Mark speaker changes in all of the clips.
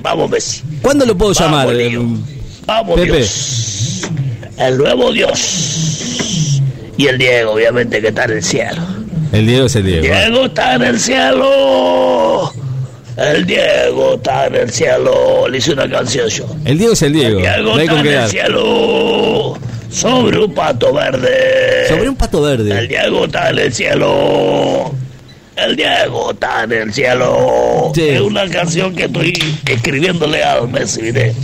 Speaker 1: Vamos, Messi.
Speaker 2: ¿Cuándo lo puedo
Speaker 1: Vamos,
Speaker 2: llamar?
Speaker 1: Leo. Vamos,
Speaker 2: Pepe.
Speaker 1: Dios. El nuevo Dios. Y el Diego, obviamente, que está en el cielo.
Speaker 2: El Diego es el Diego. ¿eh? va.
Speaker 1: Diego está en el cielo. El Diego está en el cielo. Le hice una canción yo.
Speaker 2: El Diego es el Diego.
Speaker 1: Diego
Speaker 2: no hay
Speaker 1: está
Speaker 2: con
Speaker 1: en
Speaker 2: qué
Speaker 1: el
Speaker 2: dar.
Speaker 1: cielo. Sobre un pato verde.
Speaker 2: Sobre un pato
Speaker 1: El
Speaker 2: verde.
Speaker 1: Diego está en el cielo. El Diego está en el cielo.
Speaker 2: Sí.
Speaker 1: Es una canción que estoy escribiéndole al Messi, miré.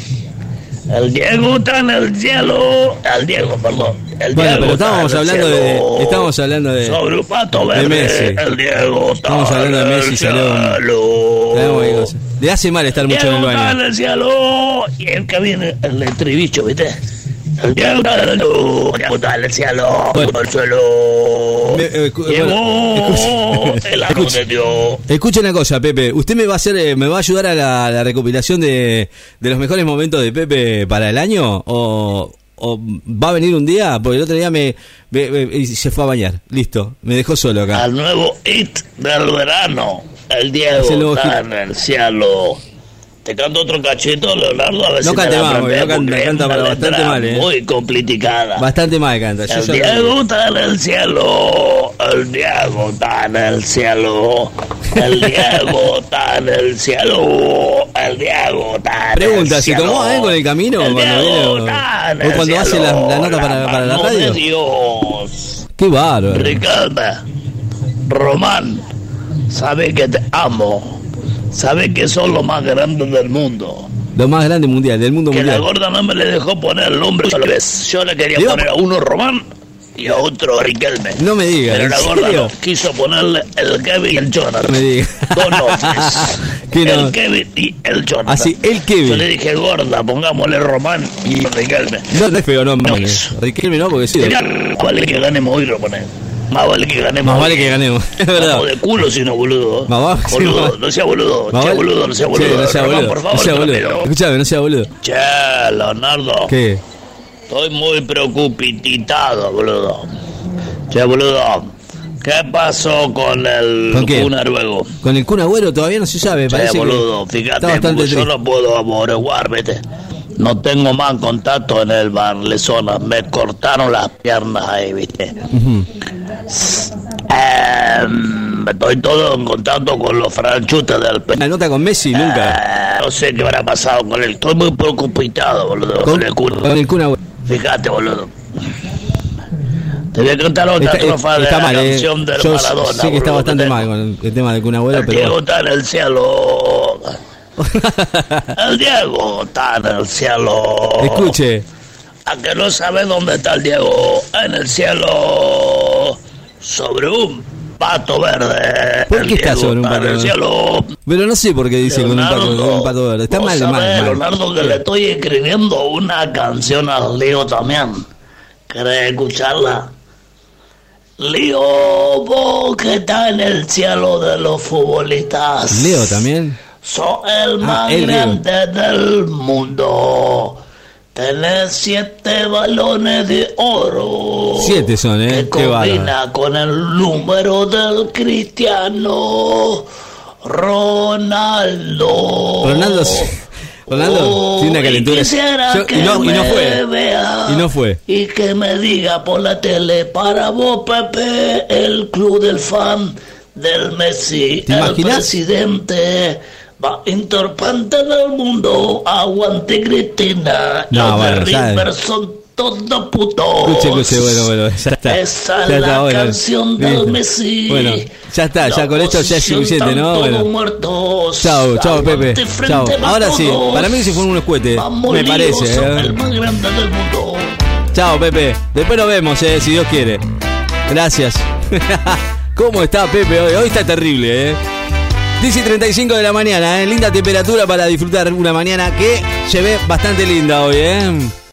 Speaker 1: El Diego está en el cielo. El Diego, perdón. El
Speaker 2: Bueno,
Speaker 1: Diego está
Speaker 2: pero estábamos
Speaker 1: en el
Speaker 2: hablando de-
Speaker 1: cielo.
Speaker 2: estábamos hablando de-
Speaker 1: Sobre un pato
Speaker 2: de
Speaker 1: verde.
Speaker 2: Messi.
Speaker 1: El Diego está
Speaker 2: Estamos hablando de
Speaker 1: en
Speaker 2: Messi,
Speaker 1: el
Speaker 2: salió un-
Speaker 1: cielo.
Speaker 2: Le damos ahí cosas. Le hace mal estar mucho en el
Speaker 1: Diego está en
Speaker 2: baño.
Speaker 1: el cielo. Y el que viene, el estribillo, ¿viste? El Diego está en el cielo. Diego está en el cielo.
Speaker 2: Bueno.
Speaker 1: Por el suelo.
Speaker 2: Me- eh, cu-
Speaker 1: Llegó
Speaker 2: bueno,
Speaker 1: el
Speaker 2: escuche.
Speaker 1: árbol de Dios.
Speaker 2: Escucha una cosa, Pepe. Usted me va a hacer, eh, me va a ayudar a la, la recopilación de, de los mejores momentos de Pepe para el año o, o va a venir un día porque el otro día me, me- me- y se fue a bañar. Listo, me dejó solo acá.
Speaker 1: Al nuevo hit del verano. El Diego
Speaker 2: Es el nuevo
Speaker 1: está
Speaker 2: hit.
Speaker 1: en el cielo. Te canto otro cachito, Leonardo, a ver
Speaker 2: No
Speaker 1: si te
Speaker 2: cante
Speaker 1: la
Speaker 2: más,
Speaker 1: aprendés,
Speaker 2: porque no canta-
Speaker 1: porque
Speaker 2: canta
Speaker 1: es una
Speaker 2: para bastante
Speaker 1: letra
Speaker 2: mal, eh.
Speaker 1: Muy complicada.
Speaker 2: Bastante mal canta. Yo
Speaker 1: El
Speaker 2: ya-
Speaker 1: Diego está en el cielo, el Diego está en el cielo, el Diego está en el cielo, el Diego está en
Speaker 2: Pregunta,
Speaker 1: el
Speaker 2: ¿se
Speaker 1: cielo.
Speaker 2: tomó algo en el camino
Speaker 1: El
Speaker 2: cuando
Speaker 1: Diego
Speaker 2: viene o-
Speaker 1: está en
Speaker 2: o
Speaker 1: el
Speaker 2: cuando hace
Speaker 1: cielo,
Speaker 2: la- la nota para- para la
Speaker 1: mano de
Speaker 2: radio?
Speaker 1: Dios.
Speaker 2: Qué bárbaro.
Speaker 1: Ricarda, Román, sabes que te amo, sabes que son los más grandes del mundo.
Speaker 2: Lo más grande mundial, del mundo
Speaker 1: Que la
Speaker 2: mundial.
Speaker 1: gorda no me le dejó poner el nombre. Yo le- Yo le quería
Speaker 2: Le iba a
Speaker 1: poner a uno Román y a otro Riquelme.
Speaker 2: No me diga,
Speaker 1: Pero
Speaker 2: ¿en
Speaker 1: la gorda
Speaker 2: serio?
Speaker 1: no, quiso ponerle el Kevin y el Jonathan.
Speaker 2: No me diga.
Speaker 1: Dos nombres.
Speaker 2: Que no.
Speaker 1: El Kevin y el Jonathan.
Speaker 2: Así, el Kevin.
Speaker 1: Yo le dije, gorda, pongámosle Román y Riquelme.
Speaker 2: No, no es feo nombre. eh.
Speaker 1: No.
Speaker 2: Riquelme no, porque sí.
Speaker 1: Mirá, Más vale que ganemos hoy, lo ponemos. Más vale que ganemos
Speaker 2: Más
Speaker 1: hoy.
Speaker 2: vale que ganemos. Es verdad.
Speaker 1: Vamos de culo si no, boludo.
Speaker 2: Más vale-
Speaker 1: Boludo, no sea boludo.
Speaker 2: Más
Speaker 1: Che,
Speaker 2: vale-
Speaker 1: boludo, no sea
Speaker 2: Sí,
Speaker 1: boludo.
Speaker 2: no sea
Speaker 1: Román,
Speaker 2: boludo.
Speaker 1: por favor,
Speaker 2: No sea boludo.
Speaker 1: pero-
Speaker 2: Escuchame, no sea boludo.
Speaker 1: Che, Leonardo.
Speaker 2: ¿Qué?
Speaker 1: Estoy muy preocupititado, boludo. Che, boludo. ¿Qué pasó con el
Speaker 2: ¿Con qué?
Speaker 1: Kun Arruego?
Speaker 2: Con el Kun Agüero todavía no se sabe.
Speaker 1: Che,
Speaker 2: Parece que
Speaker 1: boludo,
Speaker 2: Está
Speaker 1: fíjate,
Speaker 2: bastante
Speaker 1: porque yo
Speaker 2: triste.
Speaker 1: no puedo averiguar, vete. No tengo más contacto en el Barlesona. Me cortaron las piernas ahí, viste. Em, estoy todo en contacto con los franchutes del pe...
Speaker 2: La nota con Messi nunca.
Speaker 1: Eh, no sé qué habrá pasado con él. Estoy muy preocupitado, boludo.
Speaker 2: Con,
Speaker 1: con el Kun.
Speaker 2: con el Kun Agüero.
Speaker 1: Fíjate, boludo. Te voy a cantar otra
Speaker 2: Está,
Speaker 1: estrofa de
Speaker 2: está
Speaker 1: la
Speaker 2: mal, eh.
Speaker 1: canción del
Speaker 2: Yo
Speaker 1: Maradona.
Speaker 2: sé que está
Speaker 1: boludo,
Speaker 2: bastante
Speaker 1: te-
Speaker 2: mal con el tema del Kun Agüero,
Speaker 1: El Diego
Speaker 2: pero.
Speaker 1: está en el cielo. El Diego está en el cielo.
Speaker 2: Escuche.
Speaker 1: A que no sabe dónde está el Diego. En el cielo. Sobre un pato verde.
Speaker 2: ¿Por
Speaker 1: El
Speaker 2: qué está
Speaker 1: Diego
Speaker 2: sobre un
Speaker 1: está
Speaker 2: pato
Speaker 1: en el
Speaker 2: verde?
Speaker 1: cielo.
Speaker 2: Pero no sé por qué dice con un pato,
Speaker 1: Leonardo,
Speaker 2: con un pato verde. Está
Speaker 1: vos
Speaker 2: mal,
Speaker 1: sabés,
Speaker 2: mal, mal.
Speaker 1: Leonardo, que le estoy escribiendo una canción a Leo también. ¿Querés escucharla? Leo, vos que está en el cielo de los futbolistas.
Speaker 2: Leo también.
Speaker 1: Sos
Speaker 2: Ah,
Speaker 1: el más
Speaker 2: el Leo.
Speaker 1: grande del mundo. Tenés siete balones de oro.
Speaker 2: Siete son, ¿eh?
Speaker 1: Que
Speaker 2: Qué
Speaker 1: combina con el número del cristiano Ronaldo.
Speaker 2: Ronaldo. Ronaldo
Speaker 1: Oh,
Speaker 2: tiene una calentura.
Speaker 1: Y, quisiera
Speaker 2: Yo-
Speaker 1: que
Speaker 2: y no, y no
Speaker 1: me
Speaker 2: fue.
Speaker 1: vea
Speaker 2: Y no fue.
Speaker 1: Y que me diga por la tele, para vos, Pepe, el club del fan del Messi,
Speaker 2: ¿Te
Speaker 1: el
Speaker 2: imaginas?
Speaker 1: presidente. Va interpante del mundo, aguante Cristina,
Speaker 2: No,
Speaker 1: los
Speaker 2: bueno,
Speaker 1: de
Speaker 2: ya-
Speaker 1: River son todos putos.
Speaker 2: Escuche, escuche, bueno, bueno, ya está.
Speaker 1: Esa
Speaker 2: Ya
Speaker 1: es la
Speaker 2: está, bueno,
Speaker 1: canción del
Speaker 2: listo.
Speaker 1: Messi.
Speaker 2: Bueno, ya está, ya
Speaker 1: La
Speaker 2: con esto ya es
Speaker 1: oposición
Speaker 2: suficiente, ¿no?
Speaker 1: están todos
Speaker 2: Bueno.
Speaker 1: muertos.
Speaker 2: Chao, chao, Pepe.
Speaker 1: Aguante frente,
Speaker 2: Chao.
Speaker 1: va
Speaker 2: Ahora sí,
Speaker 1: todos.
Speaker 2: para mí se fueron unos cohetes.
Speaker 1: Vamos,
Speaker 2: Me
Speaker 1: Leo,
Speaker 2: parece.
Speaker 1: sos
Speaker 2: ¿eh?
Speaker 1: el más grande del mundo.
Speaker 2: Chao, Pepe. Después nos vemos, eh, si Dios quiere. Gracias. ¿Cómo está Pepe hoy? Hoy está terrible, ¿eh? 10 y 35 de la mañana, ¿eh? Linda temperatura para disfrutar una mañana que se ve bastante linda hoy, ¿eh?